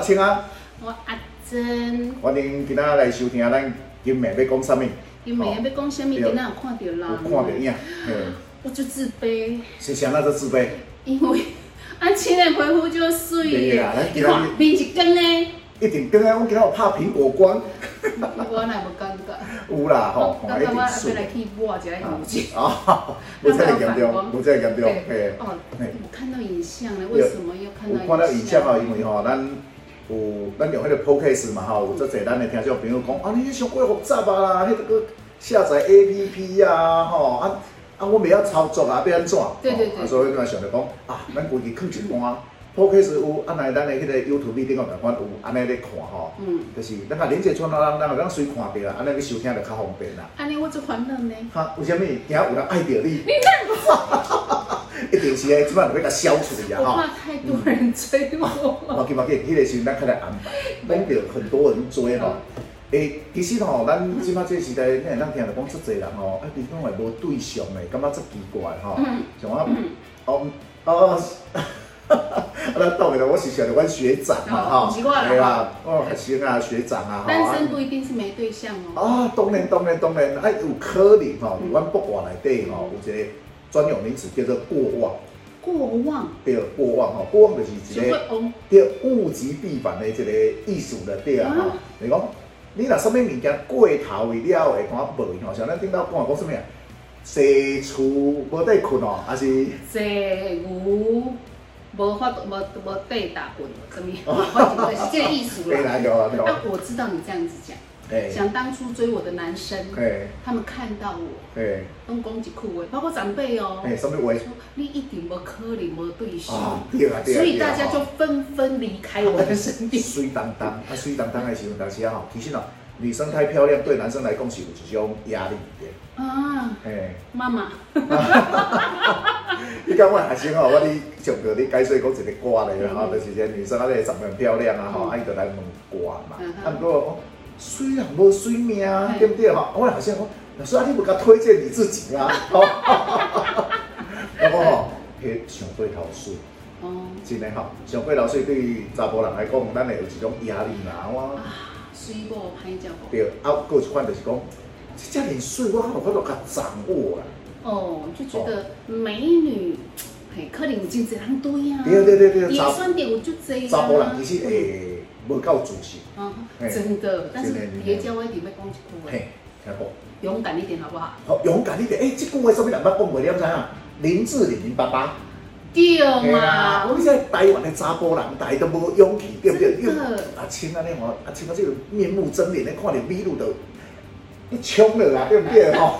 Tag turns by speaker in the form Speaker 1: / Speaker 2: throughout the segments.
Speaker 1: 清啊，
Speaker 2: 我阿珍，
Speaker 1: 欢迎今仔来收听咱今暝要讲啥物，
Speaker 2: 因为要讲什么，
Speaker 1: 对
Speaker 2: 今仔有看到人，
Speaker 1: 哦有看到影，嗯，
Speaker 2: 我就自卑，
Speaker 1: 是啥那只自卑，
Speaker 2: 因为阿青的皮肤就水
Speaker 1: 对
Speaker 2: 耶
Speaker 1: 啦咱，
Speaker 2: 你
Speaker 1: 今仔日
Speaker 2: 看面是光的，
Speaker 1: 一定等下我今仔有拍苹果 光，
Speaker 2: 我哪无感觉，
Speaker 1: 有啦吼，
Speaker 2: 我
Speaker 1: 吼
Speaker 2: 感
Speaker 1: 一
Speaker 2: 觉我
Speaker 1: 定
Speaker 2: 要
Speaker 1: 哦是
Speaker 2: 来。去抹一下眼睛。
Speaker 1: 啊，无遮尔严重，无遮尔严重，嘿
Speaker 2: 对，。哦，
Speaker 1: 嘿
Speaker 2: 我看到影像了，
Speaker 1: 对
Speaker 2: 为什么又看
Speaker 1: 有
Speaker 2: 到啊
Speaker 1: 看到影像啊吼，因为吼，咱有咱用迄个 Podcast 嘛吼，有足侪咱的听众朋友讲，啊，你迄上过复杂啊啦，迄个下载 APP 啊，吼啊啊，我袂晓操作啊，要安怎？
Speaker 2: 对对
Speaker 1: 吼
Speaker 2: 对
Speaker 1: 啊，所以咱想着讲啊，咱规日放一半 Podcast 有，啊，来咱的迄个 YouTube 顶个台款有，安尼咧看吼，
Speaker 2: 嗯，
Speaker 1: 就是咱甲连接串啊，咱咱咱随看着啦，安尼去收听就较方便啦。
Speaker 2: 安尼我就烦恼呢。
Speaker 1: 哈，为虾米惊有人爱着你？你一定是诶，即摆就要甲消除呀
Speaker 2: 我
Speaker 1: 吼。
Speaker 2: 怕太多人追我。
Speaker 1: 嘛，去嘛去，迄个时阵咱较来安排，咱着很多人追吼。诶、其实吼、咱即摆这个时代，你会咱听着讲足侪人吼，啊，你讲话无对象诶，感觉足奇怪吼、
Speaker 2: 嗯
Speaker 1: 像我，哦哦，啊，咱当然啦，我是想着阮学长嘛
Speaker 2: 哦
Speaker 1: 吼，
Speaker 2: 不是我啦
Speaker 1: 对啦，哦，学生啊，学长啊，
Speaker 2: 单身不一定是没对象哦。
Speaker 1: 啊，当然当然当然，啊，有可能吼、伫阮八卦内底吼，有一个专有名词叫做过往，
Speaker 2: 过往
Speaker 1: 对，过往吼、过往就是
Speaker 2: 就
Speaker 1: 一
Speaker 2: 会
Speaker 1: 个。
Speaker 2: 往
Speaker 1: 对物极必反的一个意思就对啊吼
Speaker 2: 啊，
Speaker 1: 就是讲你若啥物物件过头去了会看无吼，像咱顶头讲的讲啥物啊，西厝无地困哦，还是
Speaker 2: 坐牛无法度无无地打滚，怎么样？我觉得是这个意思
Speaker 1: 哦对
Speaker 2: 啦。
Speaker 1: 啦对啦对啦
Speaker 2: 那，我知道你这样子讲，
Speaker 1: 哎
Speaker 2: 啊想当初追我的男生，
Speaker 1: 哎
Speaker 2: 他们看到我
Speaker 1: 哎
Speaker 2: 都攻击酷我，包括长辈哦，
Speaker 1: 哎，啥 物话
Speaker 2: 说你一定无可能无对
Speaker 1: 啊
Speaker 2: 象，，
Speaker 1: 对啦对啦，哦
Speaker 2: 所以大家
Speaker 1: 对
Speaker 2: 就
Speaker 1: 啦
Speaker 2: 纷纷离开我的身
Speaker 1: 吼
Speaker 2: 边。
Speaker 1: 水当当啊水当当的时候，但是啊吼，其实啊，女生太漂亮对男生来讲是有一种压力的，
Speaker 2: 啊，
Speaker 1: 哎。
Speaker 2: 妈妈，
Speaker 1: 你讲我学生吼，我咧上课咧解说讲一个歌咧，
Speaker 2: 嗯
Speaker 1: 然后就是一个女生啊，咧长得很漂亮啊，吼，啊伊就来问歌嘛
Speaker 2: 嗯，
Speaker 1: 啊不过我水人无水命，啊对不对吼？我学生讲，老师啊，你不甲推荐你自己啊， 吼，然后吼，迄上过头水，
Speaker 2: 哦，
Speaker 1: 真诶吼，上过头水对于查甫人来讲，咱会有一种压力啦，我
Speaker 2: 啊，水果拍脚
Speaker 1: 对，啊，还有一款就是讲，即遮尔水，我有法度甲掌握啦，啊
Speaker 2: 哦，就觉得美女，嘿，可能有真侪人对啊，
Speaker 1: 对对对对，
Speaker 2: 也
Speaker 1: 查
Speaker 2: 算点有就这样。
Speaker 1: 查甫人其实会无够自信。
Speaker 2: 嗯，
Speaker 1: 嘿
Speaker 2: 真的，但
Speaker 1: 真
Speaker 2: 是
Speaker 1: 的
Speaker 2: 别教我一定要讲一句话，
Speaker 1: 嘿，听讲，
Speaker 2: 勇敢一点好不好？
Speaker 1: 好勇敢欸一点。诶，即句话什么人捌讲过，你敢知影？林志玲林爸爸，
Speaker 2: 对
Speaker 1: 嘿啦，
Speaker 2: 嘛，
Speaker 1: 我们现在台湾的查甫人，大家都无勇气，对不对？
Speaker 2: 真的
Speaker 1: 阿青安尼吼，阿青啊，这个面目狰狞，你看到美女都你冲了啦，对不 对？吼，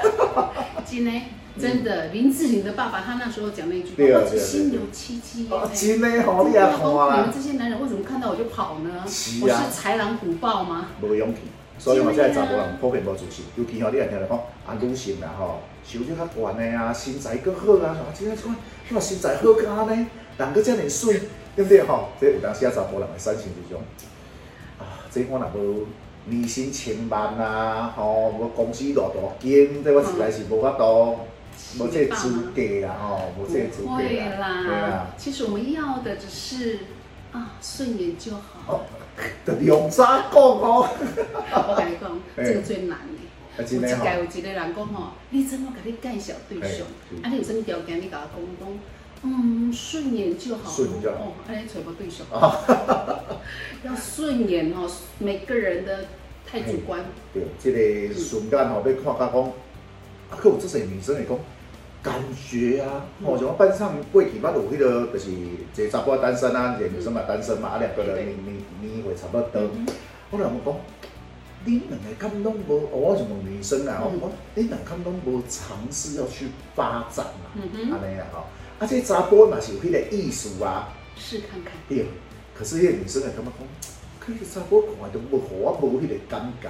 Speaker 2: 真的，真的，林志玲的爸爸他那时候讲了一句
Speaker 1: 对
Speaker 2: 话，
Speaker 1: 啊
Speaker 2: 我只
Speaker 1: 对啊
Speaker 2: 心有戚戚
Speaker 1: 啊
Speaker 2: 焉。
Speaker 1: 真的吼，你也看
Speaker 2: 你们
Speaker 1: 啦，
Speaker 2: 这些男人为什么看到我就跑呢？
Speaker 1: 是啊
Speaker 2: 我是豺狼虎豹吗？
Speaker 1: 无勇气。所以嘛，现在查甫人普遍无自信，尤其吼，你也听着讲啊，女性啦吼，收入较悬的啊，身材更好啊，啊，即个即款，即身材好甲安尼，人搁遮尔水，对不对吼？这有当时啊，查甫人会产生一种啊，这我若无年薪千万啊，吼、无公司偌大间，这我实在是无法度，无这个资格啦吼，无这个资
Speaker 2: 不
Speaker 1: 格
Speaker 2: 会
Speaker 1: 啦，对啊
Speaker 2: 啦
Speaker 1: 啦，，
Speaker 2: 其实我们要的只是啊顺眼就好
Speaker 1: 哦。就用啥讲哦，
Speaker 2: 我跟你讲，
Speaker 1: 嘿
Speaker 2: 这个最难
Speaker 1: 啊，
Speaker 2: 的。有
Speaker 1: 真
Speaker 2: 一
Speaker 1: 的吼
Speaker 2: 届，有一个人讲吼，你怎么给你介绍对象
Speaker 1: 嘿？
Speaker 2: 啊，你有什么条件？你甲我讲讲，嗯，顺眼就好。
Speaker 1: 顺就好啊
Speaker 2: 哦，安尼找无对象。 要顺眼哦，每个人的太主观。
Speaker 1: 对，这个瞬间吼，要看甲讲，啊，佫有即些女生会讲。感觉啊，
Speaker 2: 嗯
Speaker 1: 吼、像我班上过去捌有迄、个，就是一个查甫单身啊，一个女生嘛单身嘛，啊两个人年年年岁差不多，
Speaker 2: 嗯
Speaker 1: 我两个讲，恁两个敢拢无，哦我是问女生啊，
Speaker 2: 嗯
Speaker 1: 我讲恁两个敢拢无尝试要去发展嘛，
Speaker 2: 嗯哼，
Speaker 1: 安尼啊吼，啊这查甫嘛是有迄个意思啊，
Speaker 2: 试看看。
Speaker 1: 对，可是迄个女生会感觉讲，可是查甫看都无互我无迄个感觉，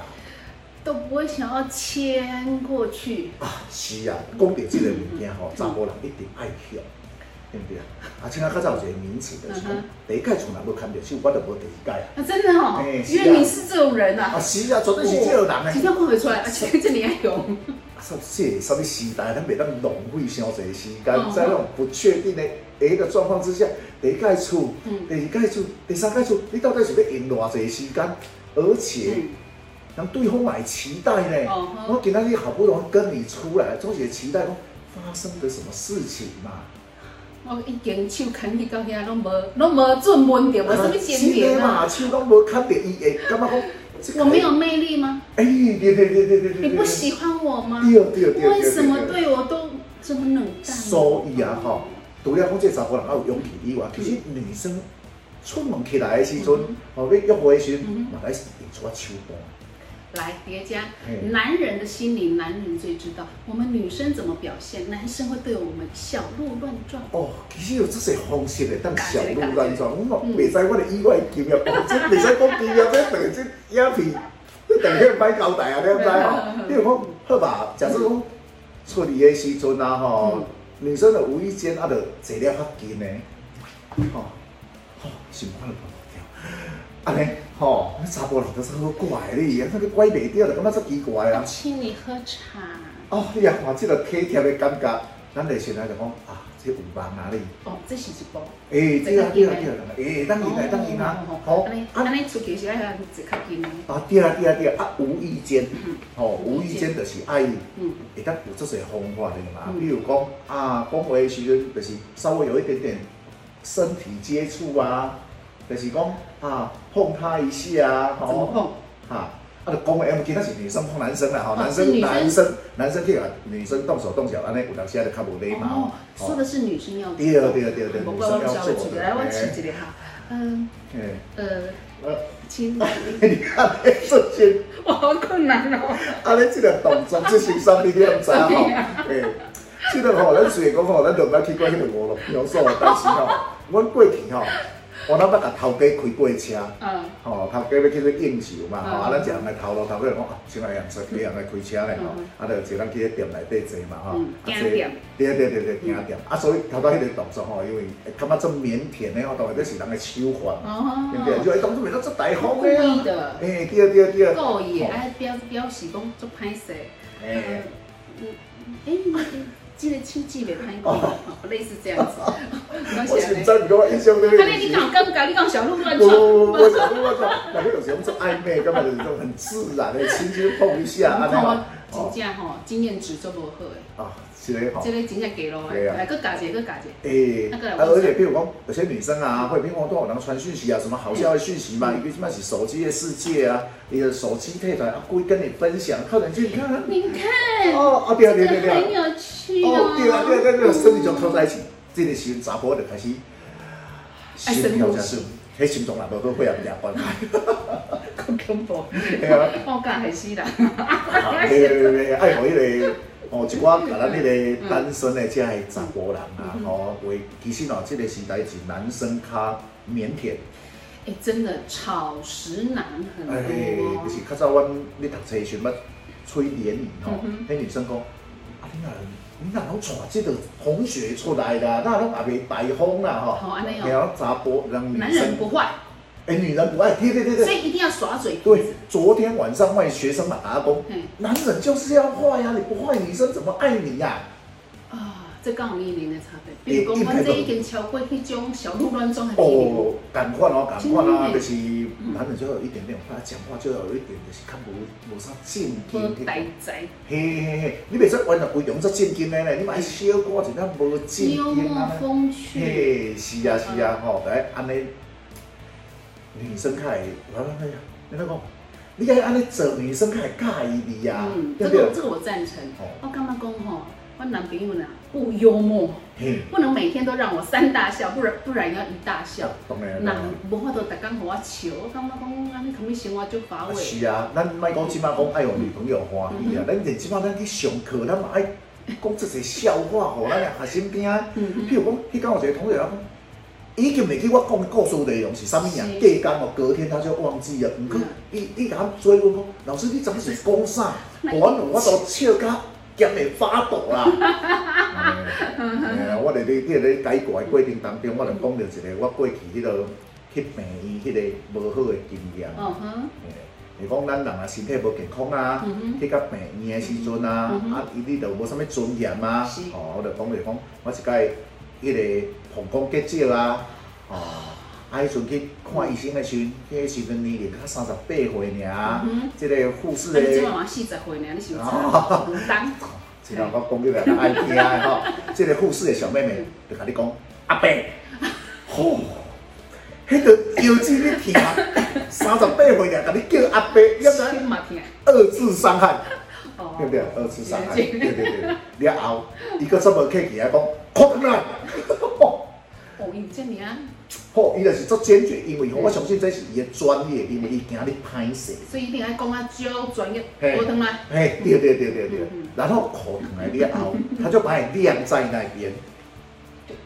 Speaker 2: 都不会想要牵过去，
Speaker 1: 啊是啊，讲到即个物件
Speaker 2: 嗯
Speaker 1: 吼，查甫人一定爱晓。对不对？啊，像我较早有一个名词，就是
Speaker 2: 嗯
Speaker 1: 讲
Speaker 2: 哼
Speaker 1: 第一届从来无牵着手，我就无第二届啊。
Speaker 2: 啊，真的哦
Speaker 1: 哎，是啊
Speaker 2: 因为你是这种人
Speaker 1: 啊，
Speaker 2: 啊，
Speaker 1: 是啊，绝对是这个人诶啊
Speaker 2: 几。天看得出来，而且这里还有，
Speaker 1: 什么什么时代，咱袂当浪费伤侪时间
Speaker 2: 嗯
Speaker 1: 在那种不确定的 A 的状况之下，第一届厝，
Speaker 2: 嗯
Speaker 1: 第二届厝，第三届厝，你到底是要用偌济时间？而且
Speaker 2: 嗯，
Speaker 1: 让对方来期待呢。
Speaker 2: 哦
Speaker 1: 我今天好不容易跟你出来，总是期待讲发生了什么事情嘛。
Speaker 2: 我已经哦手牵去到遐，拢无拢无准问着，无什
Speaker 1: 呃
Speaker 2: 么经验啊。
Speaker 1: 马手拢无看着伊会感觉讲，这个
Speaker 2: 我没有。魅力吗？
Speaker 1: 哎，对对对对对对对。
Speaker 2: 你不喜欢我吗？
Speaker 1: 对。对对对对。
Speaker 2: 为什么对我都这么冷淡？
Speaker 1: 所以啊，吼，除了讲这查甫人要有勇气以外，其实女生出门起来的时阵
Speaker 2: 嗯，
Speaker 1: 吼、你约会的时阵，
Speaker 2: 嗯
Speaker 1: 嘛来用出手段。
Speaker 2: 来叠加
Speaker 1: 嘿，
Speaker 2: 男人的心理，男人最知道。我们女生怎么表现，男生会对我们小鹿乱撞。
Speaker 1: 哦，其实有这些方式的，当小路乱撞，我嘛
Speaker 2: 嗯
Speaker 1: 袂知我的意外经验，哦这 袂使讲经验，这等于这影片，你等于歹交代啊，你知吼？你有讲好吧？假设讲处理的时阵啊，吼
Speaker 2: 嗯，
Speaker 1: 女生的无意间啊，就坐了较近的，吼、吼、心肝就跑不掉，安尼吼，那查甫人都是好怪哩，那个怪袂掉，就感觉足奇怪啊
Speaker 2: 我。请你喝茶。
Speaker 1: 哦，你啊看这个体贴的感觉，咱就先来就讲啊，这有梦啊你。
Speaker 2: 哦，这是一波。
Speaker 1: 诶，对啊，对啊，对啊，诶，当然啦，当然啦，好
Speaker 2: 哦，安尼
Speaker 1: 啊
Speaker 2: 安尼出去是爱坐较近的。
Speaker 1: 啊，对啊，对啊，对啊，啊，无意间，
Speaker 2: 嗯
Speaker 1: 吼，无意间就是爱，
Speaker 2: 嗯
Speaker 1: 会当有这些方法的嘛，比如讲啊，讲话的时阵就是稍微有一点点身体接触啊，就是讲啊碰他一下啊，
Speaker 2: 怎么
Speaker 1: 吼，
Speaker 2: 碰？
Speaker 1: 啊，啊，就讲话，我今仔是女生碰男生啦，吼，
Speaker 2: 哦
Speaker 1: 男
Speaker 2: 是
Speaker 1: 生
Speaker 2: 女生
Speaker 1: 男生男生去啊，女生动手动脚，安尼有当时啊就较无礼貌
Speaker 2: 哦，，说的是女生要做。
Speaker 1: 对啊，对啊，对啊，对啊，
Speaker 2: 我
Speaker 1: 女
Speaker 2: 我
Speaker 1: 生要
Speaker 2: 我稍微
Speaker 1: 做
Speaker 2: 出去，
Speaker 1: 的，哎
Speaker 2: 来我
Speaker 1: 诶
Speaker 2: 请一个哈。嗯
Speaker 1: 诶
Speaker 2: 呃，
Speaker 1: 呃。
Speaker 2: 请。
Speaker 1: 你看你这些，
Speaker 2: 我好困难哦。
Speaker 1: 啊，你这个动作，这身上你都唔知道吼，诶、这个吼，咱虽然讲吼，咱就捌去过迄个五龙票所，但是吼，阮过去吼，我咱捌甲头家开过车，
Speaker 2: 嗯。
Speaker 1: 吼、头家要去做应酬嘛，吼、啊，咱一人来头路，头家就讲，啊，先来人出，几人来开车咧吼，
Speaker 2: 嗯
Speaker 1: 啊，就一人去迄店内底坐嘛，吼、啊，坐，对对对对，惊店，啊，所以头家迄个动作吼，因为感觉真腼腆的吼，当然这是人的手法，
Speaker 2: 哦。
Speaker 1: 对不对？就会当作袂当做大方
Speaker 2: 故
Speaker 1: 的啊
Speaker 2: 意。的。
Speaker 1: 诶，对对对，
Speaker 2: 故意的，啊表表示讲足歹势。
Speaker 1: 诶，
Speaker 2: 嗯，哎，你这个手指袂歹过，吼类似这样 子。
Speaker 1: 哦我是毋知，毋过我印象里
Speaker 2: 安尼你讲感觉，你讲小鹿乱
Speaker 1: 不
Speaker 2: 撞。
Speaker 1: 不不，我想我讲，那个有时候做暧昧，根本就是这种很自然的轻轻碰一下，安尼
Speaker 2: 我
Speaker 1: 嘛，
Speaker 2: 真
Speaker 1: 哦，
Speaker 2: 正吼经验值足无好诶，
Speaker 1: 啊，是嘞吼
Speaker 2: 即，个真正低落诶，
Speaker 1: 对啊
Speaker 2: 来搁加一个，搁加一个，
Speaker 1: 诶，啊，而且比如讲，有些女生啊，会比如讲都有人传讯息啊，什么好笑的讯息嘛，尤其嘛是手机的世界啊，你的手机退团，啊，故意跟你分享，靠人去看，
Speaker 2: 你看，
Speaker 1: 哦，啊，对啊，对
Speaker 2: 这
Speaker 1: 啊对啊
Speaker 2: 个
Speaker 1: 对啊
Speaker 2: 很。有趣
Speaker 1: 哦，对啊，对啊，对啊，对啊，身体就
Speaker 2: 头
Speaker 1: 靠在一起，这个时阵查甫就开始心跳加速，迄心脏若无好，血压也关系，
Speaker 2: 够恐怖，
Speaker 1: 对啊，
Speaker 2: 我讲还是啦，
Speaker 1: 啊对对对，对爱互迄个哦，一寡甲咱迄个单身的遮个查甫人啊，吼，为其实哦，这个时代是男生较腼腆，
Speaker 2: 哎，真的草食男很
Speaker 1: 哎，就
Speaker 2: 多，哦
Speaker 1: 是较早阮咧读册时阵，捌吹联谊吼
Speaker 2: 嗯，
Speaker 1: 迄女生讲，啊你若你若拢带即个同学出来啦，那拢也袂大方啦吼
Speaker 2: 好，安尼哦，
Speaker 1: 然后查甫人女
Speaker 2: 男
Speaker 1: 生
Speaker 2: 人。不坏，
Speaker 1: 哎，女人不爱，对对对
Speaker 2: 所
Speaker 1: 对
Speaker 2: 以一定要耍嘴皮子，
Speaker 1: 对。昨天晚上外学生嘛打工，
Speaker 2: 嗯
Speaker 1: 男人就是要坏呀、你不坏女生怎么爱你呀、
Speaker 2: 啊，这跟我们年龄的差别，比如讲，阮这已经超过迄种小鹿乱撞的年龄，
Speaker 1: 哎哦，赶快哦，赶快啊！
Speaker 2: 真的
Speaker 1: 就是男人就有一点点坏，讲话就有一点就是较无无啥正
Speaker 2: 无
Speaker 1: 经的。
Speaker 2: 呆仔，
Speaker 1: 嘿嘿嘿，你袂使完全规容做正经的呢，你嘛爱小歌一点无正
Speaker 2: 幽
Speaker 1: 经
Speaker 2: 默
Speaker 1: 啊。
Speaker 2: 风趣，
Speaker 1: 嘿，是啊是啊，吼、来安尼，女生较会，我讲哎呀，你那讲，你爱安尼做，女生较会介意你呀、
Speaker 2: 嗯，
Speaker 1: 啊对
Speaker 2: 这
Speaker 1: 不对
Speaker 2: 个？这个我赞成
Speaker 1: 哦，
Speaker 2: 我感觉讲吼，我男朋友呢不幽默。
Speaker 1: 嘿，
Speaker 2: 不能每天都让我三大笑，不然不然要一大笑。
Speaker 1: 当然
Speaker 2: 那
Speaker 1: 啦。
Speaker 2: 无法度逐天互我笑，我感觉讲安尼咁样生活足乏味。
Speaker 1: 是啊，咱莫讲即摆讲爱互女朋友欢喜
Speaker 2: 嗯
Speaker 1: 啊，咱连即摆咱去上课，咱嘛爱讲即些笑话互咱的学生听。
Speaker 2: 嗯
Speaker 1: 譬如讲，迄天有一个同学讲，伊已经袂记我讲的故事内容是啥物啊，
Speaker 2: 是
Speaker 1: 隔天哦，隔天他就忘记了。毋过
Speaker 2: 嗯，
Speaker 1: 伊伊甲我追问讲，老师你昨是讲啥？
Speaker 2: 那
Speaker 1: 我有我都笑甲咸会发抖 啦。哎哎我伫咧伫咧解决的过程当中，我就讲到一个我过去迄落去病院迄个无好的经验。
Speaker 2: 嗯哼，
Speaker 1: 是讲咱人啊身体无健康啊
Speaker 2: 嗯，哼
Speaker 1: 去到病院的时阵啊
Speaker 2: 嗯，哼
Speaker 1: 啊伊你就无啥物尊严啊
Speaker 2: 是，
Speaker 1: 吼，我就讲就是讲，我一届迄个膀胱结石啊，哦，啊，迄阵去看医生的时阵，迄时阵年龄才三十八岁尔
Speaker 2: 嗯哼，
Speaker 1: 即个护士
Speaker 2: 啊，你即
Speaker 1: 的
Speaker 2: 满。嘛四十岁呢，你想
Speaker 1: 哦
Speaker 2: 差唔当？
Speaker 1: 即个我讲起来较爱听的吼，即个护士的小妹妹就甲你讲，阿伯，吼，迄个腰子你疼，三十八岁了，甲你叫阿伯，要不然
Speaker 2: 心嘛疼，
Speaker 1: 二次伤害，
Speaker 2: 哦
Speaker 1: 对不对？二次伤害，
Speaker 2: 了解
Speaker 1: 对 对对。了后，伊佫这么客气来讲，困难， 吼，
Speaker 2: 哦，伊有遮尔啊，
Speaker 1: 吼，伊就是足坚决，因为吼，我相信这是伊的专业，因为伊惊你歹势。
Speaker 2: 所以一定爱讲啊，少专业，
Speaker 1: 嘿
Speaker 2: 无当来，
Speaker 1: 嘿，对对对对对
Speaker 2: 嗯嗯。
Speaker 1: 然后口疼来了后，他就把你晾在那边，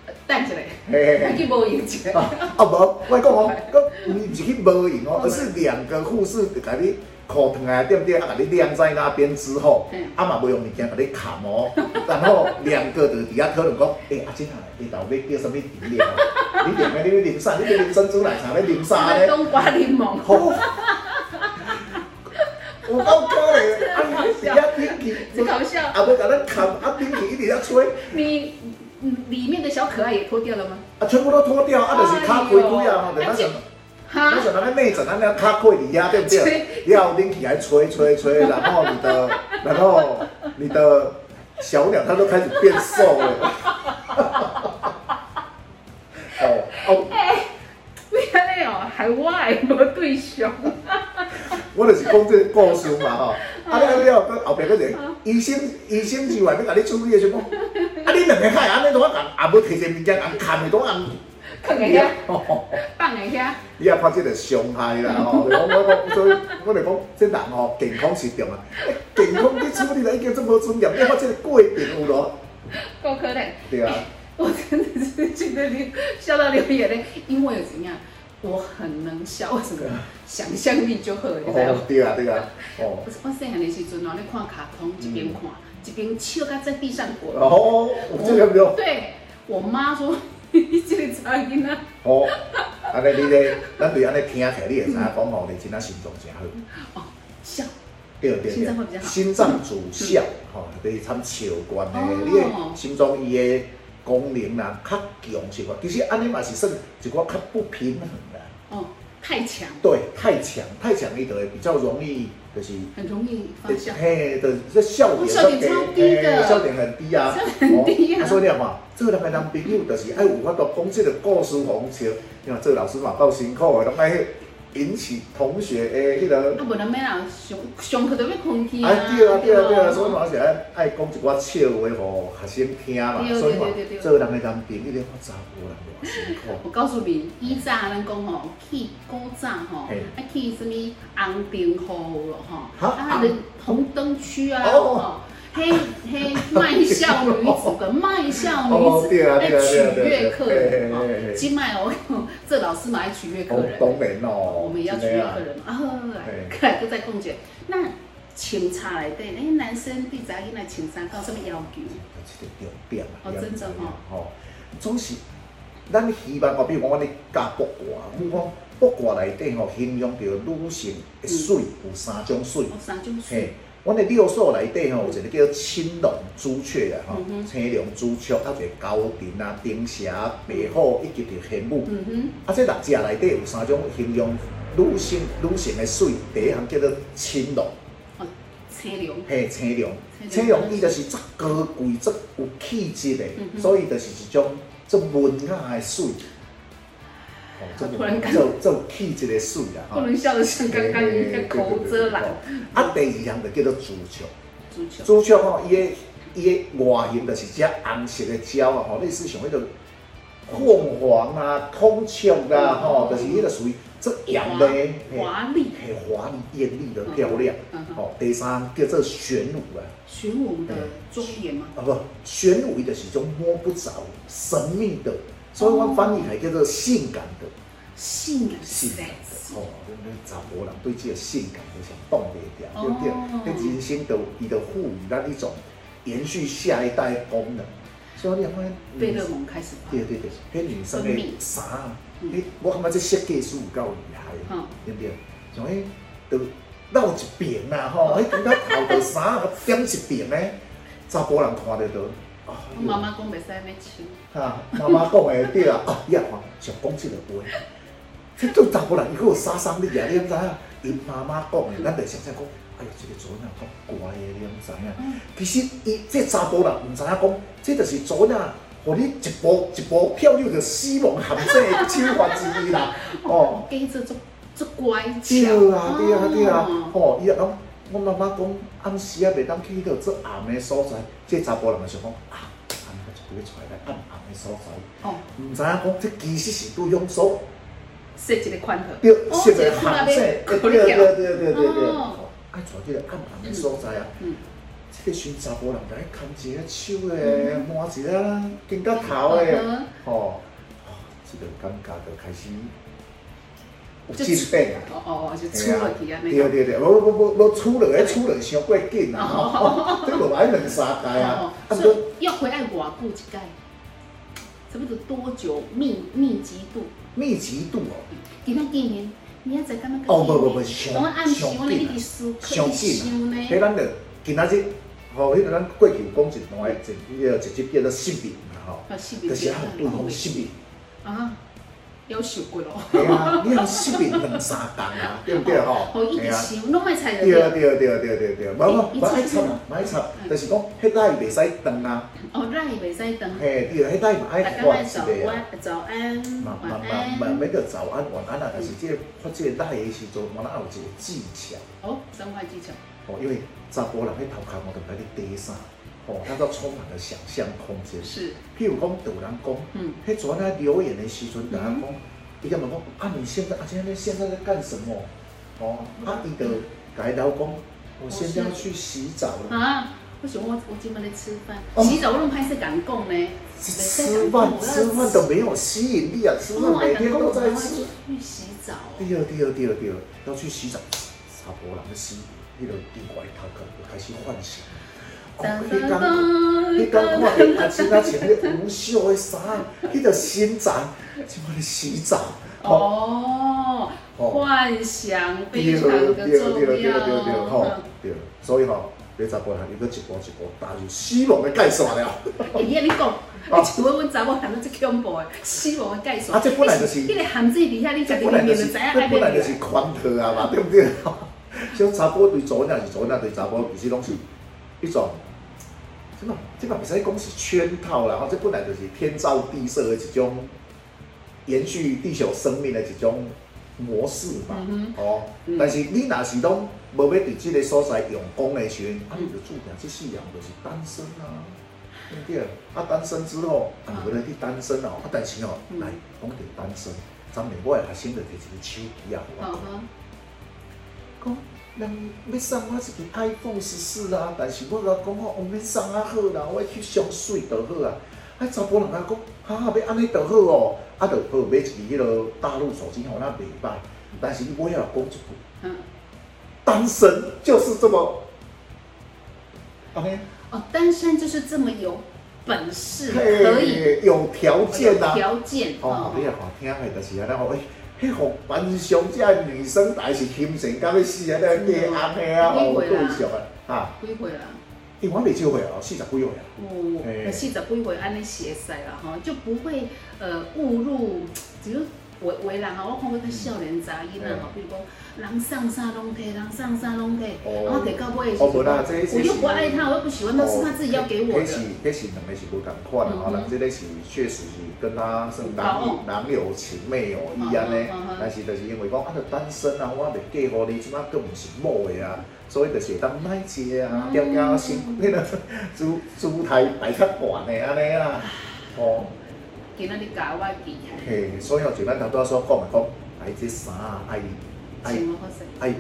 Speaker 2: 呃等一下，
Speaker 1: 嘿嘿嘿
Speaker 2: 我。去无用一下，
Speaker 1: 啊啊无，我讲哦，佮毋是去无用哦，而是两个护士就甲你裤疼啊，对不对？啊，甲你晾在那边之后
Speaker 2: 嗯，
Speaker 1: 啊嘛无用物件甲你砍哦， 然后两个就伫遐讨论讲，诶、阿珍啊，你到底叫什么饮 料？你点咩？你要啉啥？你要啉珍珠奶茶，要啉啥
Speaker 2: 我
Speaker 1: 咧？
Speaker 2: 当瓜柠檬，
Speaker 1: 好，有够可怜，啊，伫遐天 气，
Speaker 2: 真搞笑。
Speaker 1: 啊要甲咱砍，啊天气一直在吹，
Speaker 2: 你嗯里面的小可爱也脱掉了吗？
Speaker 1: 啊全部都脱掉，啊就是脚开开啊，就那种。
Speaker 2: 哈
Speaker 1: 你，想那个内诊，那要卡过你呀，对不对？要拎起来吹吹吹，然后你的，然后你的小鸟它都开始变瘦了。 哦哦，
Speaker 2: 哎，你安尼哦，害我的无对象，
Speaker 1: 我就是讲这个故事嘛吼。啊，你啊你啊，后壁个人医生医生之外，要甲你处理的时候，啊你两个海安尼都啊啊要摕些物件，啊砍的都啊。
Speaker 2: 放在遐，
Speaker 1: 哦。
Speaker 2: 放在遐，
Speaker 1: 你也怕即个伤害 啦吼，我我我所以我就讲，即人吼健康是重啊，健康你处理了已经这么尊严，你看即个过程有咯，
Speaker 2: 够可怜。
Speaker 1: 对啊，
Speaker 2: 我真的是觉得流笑到流眼泪，因为怎样，我很能笑，为什么？想象力就好， 你知道
Speaker 1: 啊哦
Speaker 2: 吗？
Speaker 1: 对啊对啊，哦
Speaker 2: 我我细汉的时阵哦，你看卡通一边看，一边笑到在地上滚。
Speaker 1: 嗯哦，有这个没有？
Speaker 2: 对我妈说，你这个查囡仔，
Speaker 1: 哦，安尼你咧，咱对安尼听起来，你会知影讲吼，你真啊心脏真好，
Speaker 2: 哦，笑，
Speaker 1: 对对
Speaker 2: 心
Speaker 1: 对
Speaker 2: 脏会比较，好
Speaker 1: 心脏主笑吼，就是参笑关的，
Speaker 2: 哦
Speaker 1: 你的心脏伊的功能啦较强是吧？其实安尼嘛是算一个较不平衡啦。
Speaker 2: 哦，太强，
Speaker 1: 对，太强太强，你就会比较容易就是。
Speaker 2: 很容易发笑。
Speaker 1: 嘿，的这笑点
Speaker 2: 哦笑点超低的
Speaker 1: 嘿笑点很低啊，
Speaker 2: 笑点很低啊
Speaker 1: 哦所以你看嘛，做人的男朋友就是爱有法度讲这个故事互笑。你看做老师嘛够辛苦的，拢爱引起同学的迄、
Speaker 2: 啊，
Speaker 1: 个。
Speaker 2: 无人要人上上课都要困去
Speaker 1: 啊，对啊，对啊，对啊，所以嘛是爱爱讲一寡笑话互学生听嘛。
Speaker 2: 对对
Speaker 1: 所以嘛
Speaker 2: 对对对，
Speaker 1: 做人的男朋友，你看查甫人偌辛苦。
Speaker 2: 我告诉你，以前咱讲吼，去古早吼，
Speaker 1: 嘿
Speaker 2: 啊去什么红灯区咯吼，
Speaker 1: 哈
Speaker 2: 啊人红灯区啊
Speaker 1: 哦
Speaker 2: 吼，嘿嘿卖笑女子跟卖笑
Speaker 1: 哦，
Speaker 2: 女子
Speaker 1: 对啊，
Speaker 2: 来
Speaker 1: 对啊，
Speaker 2: 取
Speaker 1: 对啊，对
Speaker 2: 悦
Speaker 1: 啊，
Speaker 2: 客
Speaker 1: 对
Speaker 2: 人
Speaker 1: 啊
Speaker 2: 吼
Speaker 1: 嘿嘿嘿，嘿
Speaker 2: 今卖哦，这老师嘛爱取悦客
Speaker 1: 哦
Speaker 2: 人，
Speaker 1: 当然咯，
Speaker 2: 我们也要取
Speaker 1: 真
Speaker 2: 悦
Speaker 1: 的啊
Speaker 2: 客人嘛啊，
Speaker 1: 嘿
Speaker 2: 来，来，搁再讲一下，那清茶内底，哎，男生对查囡仔穿衫到什么要求？
Speaker 1: 这个重点啊，
Speaker 2: 哦真的哦
Speaker 1: 吼、总是咱希望哦，比如讲，我咧教卜卦，比如讲卜卦内底吼，形容着女性的水、有三种水，
Speaker 2: 哦，三种
Speaker 1: 嘿、
Speaker 2: 水，
Speaker 1: 阮的六兽内底吼，有一个叫青龙、朱雀啊，吼、
Speaker 2: 嗯哼
Speaker 1: 青龙、朱雀，啊，一个高亭啊、丁蛇、白虎，以及着玄武。
Speaker 2: 嗯哼。
Speaker 1: 啊，这六只内底有三种形容女性女性的水，第一项叫做青龙。
Speaker 2: 哦，车流，
Speaker 1: 嘿，青龙，
Speaker 2: 青
Speaker 1: 青
Speaker 2: 龙
Speaker 1: 龙伊就是足高贵、足有气质的
Speaker 2: 嗯，哼
Speaker 1: 所以就是一种足文雅的水，哦，足
Speaker 2: 突然
Speaker 1: 文
Speaker 2: 间
Speaker 1: 足足有气质的水啦，
Speaker 2: 不能笑得像刚刚一
Speaker 1: 嘿
Speaker 2: 个口遮拦。。
Speaker 1: 嘿对对对对对哦啊，第二项就叫做朱雀，
Speaker 2: 足球，
Speaker 1: 朱雀吼，伊的伊的外形就是只红色的鸟啊，吼，类似像迄种凤凰啊、孔雀啊，吼，就是迄个属于足艳的，嘿
Speaker 2: 华丽，
Speaker 1: 嘿，华丽艳丽的漂亮。
Speaker 2: 嗯哼，
Speaker 1: 哦，第三叫做玄武啊，
Speaker 2: 玄武的庄严吗？
Speaker 1: 啊不，玄武就是一种摸不着、神秘的，所以我翻译来叫做性感的，
Speaker 2: 性感
Speaker 1: 性感
Speaker 2: 哦，sex，
Speaker 1: 的哦，那查甫人对这个性感就想动了一点，对不对
Speaker 2: 哦？
Speaker 1: 那人生都伊的赋予那一种延续下一代的功能，所以你看，
Speaker 2: 贝勒蒙开始吧
Speaker 1: 对，对对，迄女生的衫啊，
Speaker 2: 嗯
Speaker 1: 迄我感觉这设计师有够厉害的，
Speaker 2: 嗯
Speaker 1: 对不对？像迄都绕一边啊吼，迄感觉头着衫啊点一边咧，查甫人看着到，哦
Speaker 2: 我妈妈讲袂使安尼唱，
Speaker 1: 哈，妈妈讲的对啊，哦，你也看，想讲即个话，这种查甫人伊佫有杀伤力啊，你毋知影？因妈妈讲的，咱就想想讲，哎呦，这个查某人讲乖的，你毋知影？
Speaker 2: 嗯
Speaker 1: 其实伊这查甫人毋知影讲，这就是查某人，互你一步一步漂流着死亡陷阱的手法之一啦，哦。
Speaker 2: 跟着做做乖
Speaker 1: 对
Speaker 2: 巧，
Speaker 1: 啊，对啊，对啊
Speaker 2: 哦，
Speaker 1: 吼、伊也讲，我妈妈讲，暗时啊袂当去迄个做暗的所在，即查甫人就想讲，啊，暗个就要出来暗暗的所在，
Speaker 2: 哦，
Speaker 1: 毋知影啊讲，这其实是对用所
Speaker 2: 设一个款号，
Speaker 1: 对
Speaker 2: 哦
Speaker 1: 设的
Speaker 2: 这看
Speaker 1: 陷阱，对
Speaker 2: 得要考虑
Speaker 1: 对对对
Speaker 2: 到
Speaker 1: 对对对，
Speaker 2: 哦
Speaker 1: 吼爱出这个暗暗的所在啊，
Speaker 2: 嗯，
Speaker 1: 这个时查甫人就爱牵一个手的，摸一个肩胛头的，
Speaker 2: 嗯
Speaker 1: 吼、哦，这个感觉就开始有进步啊。
Speaker 2: 哦哦，哦就出
Speaker 1: 对啊
Speaker 2: 落去安尼，
Speaker 1: 对对对，无无无无处落，迄处落伤过紧啦， 吼，这落来两三代啊
Speaker 2: 哦，
Speaker 1: 啊，
Speaker 2: 所
Speaker 1: 毋
Speaker 2: 以要回来偌久一届，差不多多久密密集度？
Speaker 1: 密集度哦，
Speaker 2: 今仔见面，明仔载敢要
Speaker 1: 哦，无无无上
Speaker 2: 我暗时我
Speaker 1: 上
Speaker 2: 咧一
Speaker 1: 紧啊
Speaker 2: 直，思考，
Speaker 1: 上
Speaker 2: 一直
Speaker 1: 紧
Speaker 2: 想
Speaker 1: 啊，
Speaker 2: 呢。
Speaker 1: 迄咱着今仔日，吼，迄个咱过去有讲一段的一迄个一集叫做性病嘛吼，
Speaker 2: 啊，是不
Speaker 1: 就是啊，对方性病，
Speaker 2: 啊，有想过咯，
Speaker 1: 对啊，你要性病两三代啊，对不对吼
Speaker 2: 哦，？一
Speaker 1: 对
Speaker 2: 直
Speaker 1: 啊。
Speaker 2: 想，拢莫猜
Speaker 1: 对啊
Speaker 2: 着。
Speaker 1: 对啊对啊对啊对啊对啊，无无无爱插啊，无爱插，
Speaker 2: 嗯
Speaker 1: 就是讲迄代袂使断啊，
Speaker 2: 哦，咱也袂使等，
Speaker 1: 嘿，对啊，迄代嘛爱
Speaker 2: 大家莫
Speaker 1: 看
Speaker 2: 早
Speaker 1: 一个啊。
Speaker 2: 安，早安，
Speaker 1: 慢
Speaker 2: 晚
Speaker 1: 慢
Speaker 2: 安
Speaker 1: 慢。慢每个早安晚安啊，但是这个发这个赖的时阵，我哪有一个技巧
Speaker 2: 哦，三块技巧。
Speaker 1: 哦，因为查甫人迄头壳我就来去底啥，哦，他都充满了想象空间。
Speaker 2: 是，
Speaker 1: 譬如讲，有人讲，
Speaker 2: 嗯，
Speaker 1: 迄阵啊留言的时阵，有人讲，伊就问讲，啊你现在啊现在现在在干什么？哦，啊伊就改聊讲，我现在要去洗澡了，
Speaker 2: 啊，我想我我今麦咧吃饭，
Speaker 1: 哦
Speaker 2: 洗澡我拢歹势敢讲呢。
Speaker 1: 吃饭吃饭都没有吸引力啊，吃
Speaker 2: 我
Speaker 1: 饭
Speaker 2: 爱
Speaker 1: 每
Speaker 2: 敢
Speaker 1: 天
Speaker 2: 讲，
Speaker 1: 都
Speaker 2: 我
Speaker 1: 在
Speaker 2: 要
Speaker 1: 吃。
Speaker 2: 去洗澡哦。
Speaker 1: 对哦对哦对哦对哦，要去洗澡，查甫人的洗，迄个奇怪头壳就开始幻想。哦，迄
Speaker 2: 噔噔
Speaker 1: 工，迄工看见阿姊阿穿迄无袖的衫，迄个心脏，即摆咧洗澡。哦，
Speaker 2: 哦，
Speaker 1: 哦
Speaker 2: 幻想非
Speaker 1: 对
Speaker 2: 常
Speaker 1: 哦
Speaker 2: 的
Speaker 1: 对哦对哦
Speaker 2: 重
Speaker 1: 对
Speaker 2: 要
Speaker 1: 哦对哦对哦吼
Speaker 2: 哦。
Speaker 1: 对，所以吼，你查甫人又搁一步一步踏入死亡的界线了。
Speaker 2: 哎呀，你讲，你像我阮查某谈到这恐怖的死亡的介绍，
Speaker 1: 啊这本来就是
Speaker 2: 迄个限制底下，你家
Speaker 1: 这
Speaker 2: 己明
Speaker 1: 本来
Speaker 2: 明
Speaker 1: 就，
Speaker 2: 就是知影哎
Speaker 1: 这
Speaker 2: 爱要
Speaker 1: 本来就是圈套啊 嘛，对不对？像查甫对查某人是查某人对查某，其实拢是一种，即嘛即嘛，袂使讲是圈套啦，吼，这本来就是天造地设的一种延续地球生命的一种模式嘛，
Speaker 2: 嗯
Speaker 1: 哦。
Speaker 2: 嗯
Speaker 1: 但是你若是拢无要伫即个所在用功的时阵，啊，你就注定即世人就是单身啊。对不对？啊，单身之后，啊，有人去单身哦，啊，但是哦，
Speaker 2: 嗯
Speaker 1: 来讲到单身，昨暝我的学生就摕一个手机啊，互我
Speaker 2: 嗯
Speaker 1: 讲，
Speaker 2: 哼，
Speaker 1: 讲人要送我一支 iPhone 十四啊，但是我甲讲哦，毋免送啊好啦，我去上水就好啊。啊，查甫人甲讲，哈、啊，要安尼就好哦，啊，就好买一支迄落大陆手机吼，那袂歹，但是我要讲一句，
Speaker 2: 嗯，
Speaker 1: 单身就是这么，安尼。
Speaker 2: 哦，单身就是这么有本事，
Speaker 1: 嘿
Speaker 2: 可以
Speaker 1: 有条件啊呐、
Speaker 2: 有条件
Speaker 1: 哦，你
Speaker 2: 哦，
Speaker 1: 也好听的，就是安尼哦，迄互班上遮女生，但是心情到要死啊，咧加暗的啊，哦，有对象啊，哈，
Speaker 2: 几岁啦？
Speaker 1: 因为我未少岁哦，四十几岁啊，
Speaker 2: 哦，
Speaker 1: 嘿
Speaker 2: 那四十几岁安尼写塞啦吼，就不会呃误入，只是为为人啊，我看过较少年查囡仔吼，比如讲人送啥拢摕，人送啥拢摕，
Speaker 1: 哦
Speaker 2: 然后摕到尾的时
Speaker 1: 哦，无
Speaker 2: 候，
Speaker 1: 啦，这这是
Speaker 2: 我又不爱他，我又不喜欢他，是他自己要给我
Speaker 1: 那
Speaker 2: 的
Speaker 1: 是。那是两个是无同款的哦，人这个是确实是跟他算男男友情妹哦，伊安尼，但是就是因为讲啊，就单身啊，我未嫁互你，即摆更毋是某的啊，所以就是当奶姐啊，条条身迄个姿姿态摆较悬的安尼啊，哦，
Speaker 2: 今仔日教我记起来，
Speaker 1: 嘿，所以就咱头拄仔所讲的讲，哎，这衫爱爱
Speaker 2: 穿我好势。
Speaker 1: 爱有，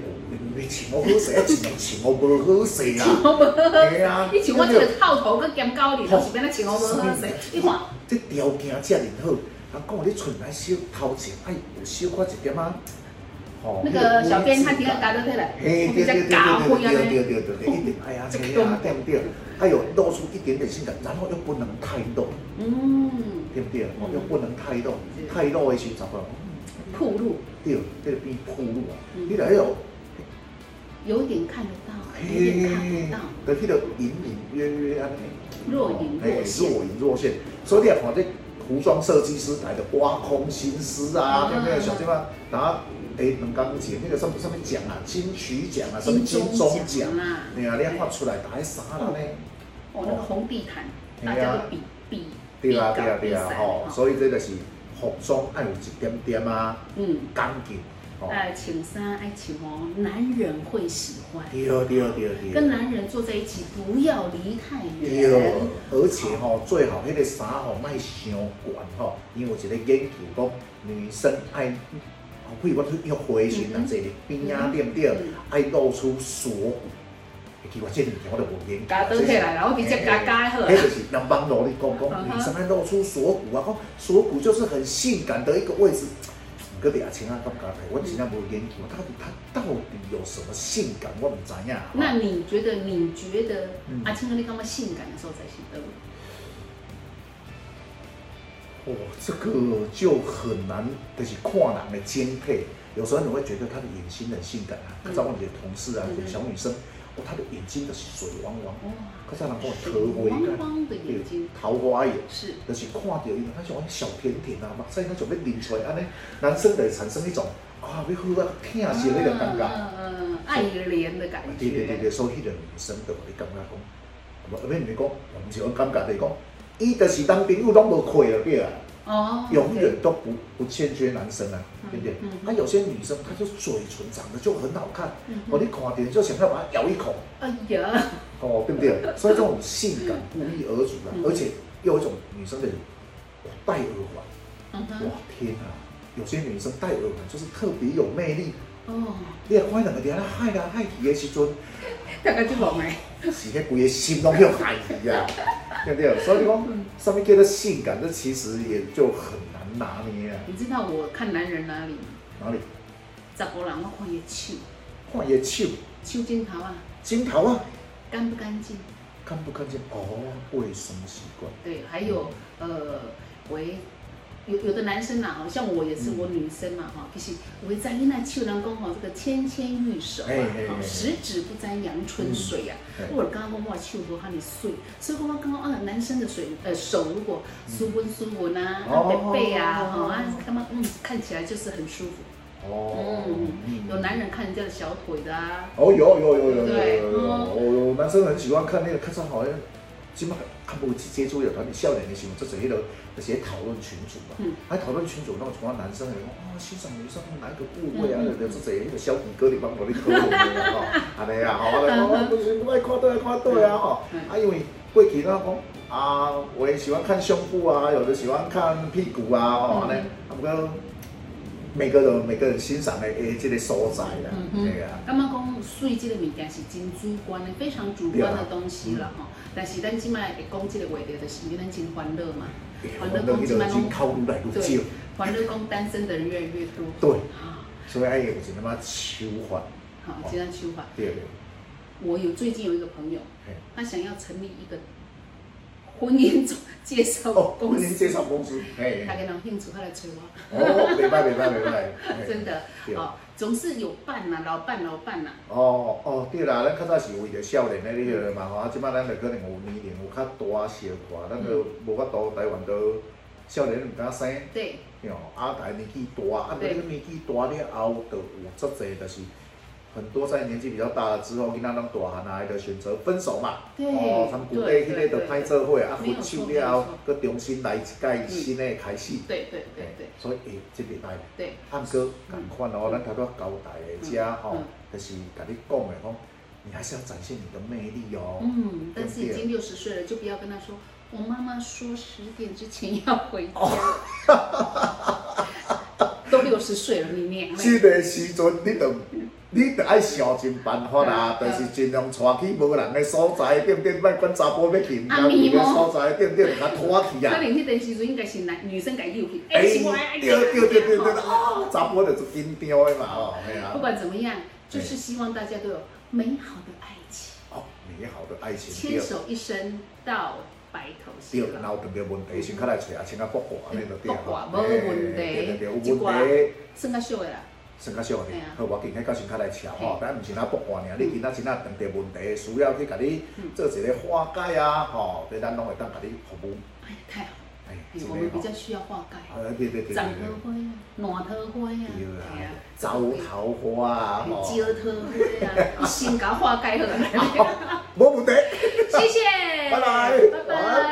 Speaker 1: 你穿我好势，啊，穿穿我无好势啊，
Speaker 2: 我无，
Speaker 1: 嘿啊，
Speaker 2: 你像我这个套头佮兼高领，是变哪穿我无好势
Speaker 1: 是。
Speaker 2: 你看，
Speaker 1: 这条件遮尔好，人讲你存来小头前爱有小可一点仔，吼
Speaker 2: 那个小编他今天夹到起来，
Speaker 1: 嘿，
Speaker 2: 我
Speaker 1: 对
Speaker 2: 比较
Speaker 1: 对对对
Speaker 2: 高贵啊
Speaker 1: 对对对对对，一定哎呀，这个啊，对不对？哎呦，露出一点点性感，然后又不能太露，
Speaker 2: 嗯，
Speaker 1: 对不对？哦，又不能太露，太露的时阵，
Speaker 2: 铺路
Speaker 1: 对，这个变铺路啊，你来有，
Speaker 2: 有点看得到，有点看不
Speaker 1: 嘿
Speaker 2: 到。，
Speaker 1: 就迄个隐隐约约安尼，
Speaker 2: 若
Speaker 1: 哦
Speaker 2: 隐
Speaker 1: 嘿
Speaker 2: 若现
Speaker 1: 若隐若现。所以你也看这服装设计师来的挖空心思啊，
Speaker 2: 嗯
Speaker 1: 对不对？想这嘛，拿诶，能钢琴那个上上面奖啊，金曲奖啊，什么
Speaker 2: 金
Speaker 1: 金
Speaker 2: 钟
Speaker 1: 钟
Speaker 2: 奖
Speaker 1: 奖，
Speaker 2: 啦，
Speaker 1: 你啊，你也看出来打啥了呢？
Speaker 2: 哦，那个红地毯，
Speaker 1: 嘿
Speaker 2: 大
Speaker 1: 啊
Speaker 2: 家都比比
Speaker 1: 对
Speaker 2: 比
Speaker 1: 啊，
Speaker 2: 搞
Speaker 1: 对啊，
Speaker 2: 比
Speaker 1: 对啊
Speaker 2: 赛，
Speaker 1: 吼，
Speaker 2: 吼，
Speaker 1: 所以这就是服装爱有一点点啊，
Speaker 2: 嗯，
Speaker 1: 讲究，吼，
Speaker 2: 哎，请衫爱请哦，男人会喜欢，
Speaker 1: 对对对对。
Speaker 2: 跟男人坐在一起不要离太
Speaker 1: 对
Speaker 2: 远，，
Speaker 1: 而且吼、最好迄个衫吼莫伤悬吼，因为有一个研究讲，女生爱，哦比如我去约会的时阵，
Speaker 2: 嗯哼
Speaker 1: 若坐伫边啊，对不对
Speaker 2: 嗯？
Speaker 1: 爱露出锁骨。其实我这两条我都无研究啊。
Speaker 2: 加倒起来啦，我直接加加好
Speaker 1: 嘿。
Speaker 2: 了
Speaker 1: 嘿迄就是人帮努力讲讲，
Speaker 2: 嗯哼
Speaker 1: 女生爱露出锁骨啊，讲锁骨就是很性感的一个位置。个俩亲啊，感觉我真正无研究，到底它到底有什么性感，我毋知啊影。
Speaker 2: 那你觉得？你觉得
Speaker 1: 嗯
Speaker 2: 阿青哥你刚刚性感的时候在行动？
Speaker 1: 哦，这个就很难，就是看人的兼配。有时候你会觉得他的眼睛很性感啊，
Speaker 2: 嗯
Speaker 1: 可是我你的同事啊，
Speaker 2: 嗯
Speaker 1: 有小女生，哦，她的眼睛都是水汪汪，
Speaker 2: 哇，
Speaker 1: 可是人讲
Speaker 2: 水
Speaker 1: 桃花
Speaker 2: 汪
Speaker 1: 眼，
Speaker 2: 汪的眼睛，
Speaker 1: 桃花眼，
Speaker 2: 是
Speaker 1: 啊就是看到伊，那种小甜甜啊，目屎那种要淋出来安尼，男生就会产生一种啊，要好啊，疼死那个感觉。
Speaker 2: 嗯嗯，嗯爱怜的感觉。
Speaker 1: 对对对对，所以迄个女生就会感觉哦讲，唔，咩唔是讲，唔是讲感觉，就是讲，伊就是当朋友拢无亏了，对啊。
Speaker 2: 哦，
Speaker 1: 永远都不不欠缺男生啊，对不对
Speaker 2: 嗯嗯？
Speaker 1: 那、有些女生她就嘴唇长得就很好看，
Speaker 2: 嗯
Speaker 1: 我、你看点就想要把它咬一口，
Speaker 2: 哎呀，
Speaker 1: 哦，对不对？所以这种性感不一而足啊，
Speaker 2: 嗯
Speaker 1: 而且又有一种女生的哇戴耳环，
Speaker 2: 嗯哼
Speaker 1: 哇，天啊！有些女生戴耳环就是特别有魅力，
Speaker 2: 哦，
Speaker 1: 你也看两个在哎那害来害去的时阵，
Speaker 2: 大概就戆哎，
Speaker 1: 是迄规个心拢要害去啊， 对不对？所以讲，
Speaker 2: 嗯
Speaker 1: 上面叫做性感，这其实也就很难拿捏啊。
Speaker 2: 你知道我看男人哪里吗？
Speaker 1: 哪里？
Speaker 2: 十个人我看伊手，
Speaker 1: 看伊的手。
Speaker 2: 手镜头啊，
Speaker 1: 金头啊，
Speaker 2: 干不干净？
Speaker 1: 看不看见哦，卫生习惯，
Speaker 2: 对，还有呃，喂，有有的男生呐、啊，像我也是我女生嘛哈，其实我在伊那秋人讲吼，这个纤纤玉手啊
Speaker 1: 哎哎，
Speaker 2: 哈
Speaker 1: 哎
Speaker 2: 十指不沾阳春水啊。
Speaker 1: 嗯
Speaker 2: 我刚刚讲我手无哈尼水，所以讲我刚刚啊，男生的水呃手如果舒温舒温啊，
Speaker 1: 嗯
Speaker 2: 啊
Speaker 1: 哦
Speaker 2: 背背啊，哈
Speaker 1: 哦
Speaker 2: 啊，干嘛嗯，看起来就是很舒服。
Speaker 1: 哦，
Speaker 2: 嗯，有男人看人家的小腿的啊，
Speaker 1: 哦，有有有有有有
Speaker 2: 对
Speaker 1: 有有
Speaker 2: 嗯
Speaker 1: 有，我男生很喜欢看那个，看上好像，起码看不直接触有团体笑脸的时候，这是迄个那些讨论群组嘛
Speaker 2: 嗯，
Speaker 1: 还讨论群组，那我从男生来讲，哦，欣赏女生哪一个部位啊，
Speaker 2: 嗯
Speaker 1: 对不对？这是迄个小弟哥你帮我你讨论的啊，吼，安尼啊，吼，我来讲，我不是我爱看对爱看对啊，吼
Speaker 2: 嗯，
Speaker 1: 啊，因为过去那讲。啊，我也喜欢看胸部啊，有的喜欢看屁股啊，哦，安尼、啊，不过每个人每个人欣赏的诶，这个所在啦
Speaker 2: 嗯，
Speaker 1: 对、
Speaker 2: 哼
Speaker 1: 啊。
Speaker 2: 感觉讲水这个物件是真主观的，非常主观的东西啦吼。但是咱即卖会讲这个话题，就是因为咱真欢乐嘛，
Speaker 1: 反正伊就人口愈来愈
Speaker 2: 对
Speaker 1: 少，，
Speaker 2: 欢乐讲单身的人越来越多。
Speaker 1: 对，
Speaker 2: 啊，
Speaker 1: 所以爱有一点仔手法，
Speaker 2: 好，这样说法。
Speaker 1: 对不
Speaker 2: 我有最近有一个朋友，
Speaker 1: 嘿
Speaker 2: 他想要成立一个婚姻中介
Speaker 1: 对？
Speaker 2: 绍
Speaker 1: 哦，
Speaker 2: 公
Speaker 1: 婚
Speaker 2: 司，
Speaker 1: 姻介绍公 司，嘿，
Speaker 2: 大家有兴趣，他来催我，
Speaker 1: 哦，袂歹袂歹袂歹，
Speaker 2: 真
Speaker 1: 的，
Speaker 2: 的
Speaker 1: 哎对
Speaker 2: 哦，总是有伴呐，老伴老伴呐，
Speaker 1: 哦哦，对啦，咱较早是为着少年的迄个嘛吼，啊，即摆咱就可能有年龄有较大小可，咱就无法度台湾都少年毋敢生，
Speaker 2: 对，
Speaker 1: 对哦，啊，大家年纪大，啊，
Speaker 2: 对
Speaker 1: 你年纪大了后，就有足侪就是。很多在年纪比较大了之后，囡仔拢大汉啊，伊就选择分手嘛。
Speaker 2: 对
Speaker 1: 哦，参古代
Speaker 2: 对
Speaker 1: 迄个
Speaker 2: 对
Speaker 1: 就
Speaker 2: 对
Speaker 1: 歹做伙啊，
Speaker 2: 没有
Speaker 1: 分手
Speaker 2: 错没有
Speaker 1: 了后
Speaker 2: 错，
Speaker 1: 佮重新来一届新的开始。
Speaker 2: 对对对
Speaker 1: 嘿
Speaker 2: 对
Speaker 1: 所以诶，即礼拜，
Speaker 2: 对，
Speaker 1: 汉哥共款哦，咱头拄交代的遮吼
Speaker 2: 嗯，
Speaker 1: 就是甲你讲的讲，你还是要展现你的魅力哦。
Speaker 2: 嗯，但是已经六十岁了，就不要跟他说，我妈妈说十点之前要回家，
Speaker 1: 哦
Speaker 2: 都六十岁了，你娘
Speaker 1: 即
Speaker 2: 嘞，
Speaker 1: 个时阵，你着你着爱想尽办法啦，
Speaker 2: 嗯
Speaker 1: 就是尽量带去无人的所在，对不对？莫管查甫要去，毋
Speaker 2: 啊
Speaker 1: 敢去
Speaker 2: 咪
Speaker 1: 的
Speaker 2: 哦
Speaker 1: 所在，对不对？甲拖去啊
Speaker 2: 他。连那段时阵应该是男女生改诱去，哎，
Speaker 1: 哎，
Speaker 2: 是
Speaker 1: 对
Speaker 2: 我爱
Speaker 1: 对对对对，啊，查甫就是紧张的嘛，哦，嘿啊
Speaker 2: 不。管怎么样，就是希望大家都有美好的爱情，
Speaker 1: 哦，美好的爱情，
Speaker 2: 牵
Speaker 1: 对
Speaker 2: 手一生到白头
Speaker 1: 对，
Speaker 2: 偕
Speaker 1: 闹
Speaker 2: 老。
Speaker 1: 着着问题，先较来找阿青啊卜卦安尼就对
Speaker 2: 卜卦无问题
Speaker 1: 对对对，有
Speaker 2: 一
Speaker 1: 问
Speaker 2: 挂
Speaker 1: 题，
Speaker 2: 算较俗的啦，
Speaker 1: 算较俗的
Speaker 2: 嘿啊，嗯
Speaker 1: 好，我紧迄到先较来瞧吼
Speaker 2: 嘿，
Speaker 1: 咱毋是那博案尔，你今仔真正碰着问题，需要去甲你
Speaker 2: 嗯
Speaker 1: 做一个化解啊，吼，对咱拢会当甲你服务，
Speaker 2: 哎，太好，
Speaker 1: 哎，
Speaker 2: 哎
Speaker 1: 真
Speaker 2: 我们
Speaker 1: 诶
Speaker 2: 比
Speaker 1: 吼
Speaker 2: 较，需要化解，
Speaker 1: 啊，对对对对
Speaker 2: 长
Speaker 1: 对
Speaker 2: 桃。花啊，暖桃花啊，
Speaker 1: 对
Speaker 2: 哎
Speaker 1: 啦
Speaker 2: 呀，
Speaker 1: 招桃花啊，吼，
Speaker 2: 招桃花啊，你先搞化解好了。
Speaker 1: 无问题，
Speaker 2: 谢谢，
Speaker 1: 拜拜
Speaker 2: 拜拜。